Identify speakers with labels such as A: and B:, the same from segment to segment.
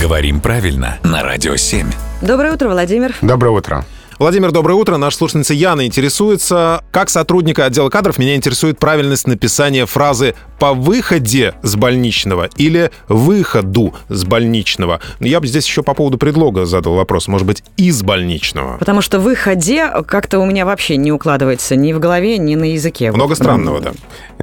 A: Говорим правильно на Радио 7.
B: Доброе утро, Владимир.
C: Доброе утро.
D: Владимир, доброе утро. Наша слушательница Яна интересуется, как сотрудника отдела кадров меня интересует правильность написания фразы «по выходе с больничного» или «выходу с больничного». Я бы здесь еще по поводу предлога задал вопрос. Может быть, «из больничного».
B: Потому что «выходе» как-то у меня вообще не укладывается ни в голове, ни на языке. Ну,
D: Много странного, да.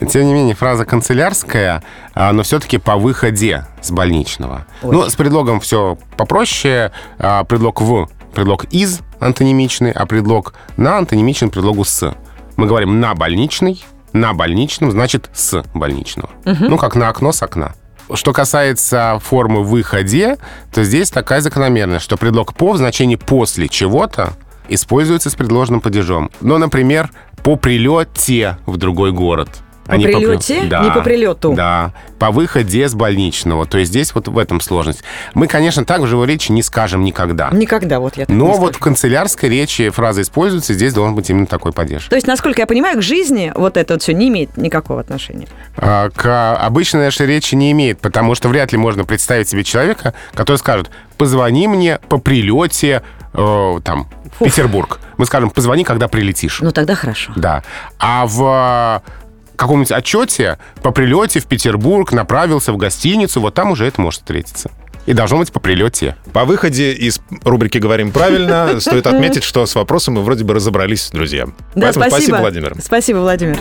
C: Тем не менее, фраза канцелярская, а, но все-таки по выходе с больничного.
B: Ой.
C: Ну, с предлогом все попроще. А, Предлог «в», предлог «из» антонимичный, а предлог «на» антонимичен предлогу «с». Мы говорим «на больничный», «на больничном» значит «с больничного». Ну, как на окно с окна. Что касается формы «выходе», то здесь такая закономерность, что предлог «по» в значении «после чего-то» используется с предложенным падежом. Ну, например, «по прилете в другой город».
B: По
C: а не при-
B: прилете?
C: Да.
B: Не по прилету.
C: Да, по выходе с больничного. То есть здесь вот в этом сложность. Мы, конечно, так в живой речи не скажем никогда.
B: Никогда вот я так не
C: Но
B: скажу.
C: вот в канцелярской речи фраза используется, здесь должен быть именно такой падеж.
B: То есть, насколько я понимаю, к жизни вот это вот все не имеет никакого отношения.
C: А, К обычной нашей речи не имеет, потому что вряд ли можно представить себе человека, который скажет, позвони мне по прилете э, там, в Петербург. Мы скажем, позвони, когда прилетишь.
B: Ну, тогда хорошо.
C: Да. А в э, каком-нибудь отчете по прилете в Петербург направился в гостиницу, вот там уже это может встретиться. И должно быть по прилете.
D: По выходе из рубрики «Говорим правильно» стоит отметить, что с вопросом мы вроде бы разобрались, друзья.
B: Да,
D: Поэтому спасибо, Владимир.
B: Спасибо, Владимир.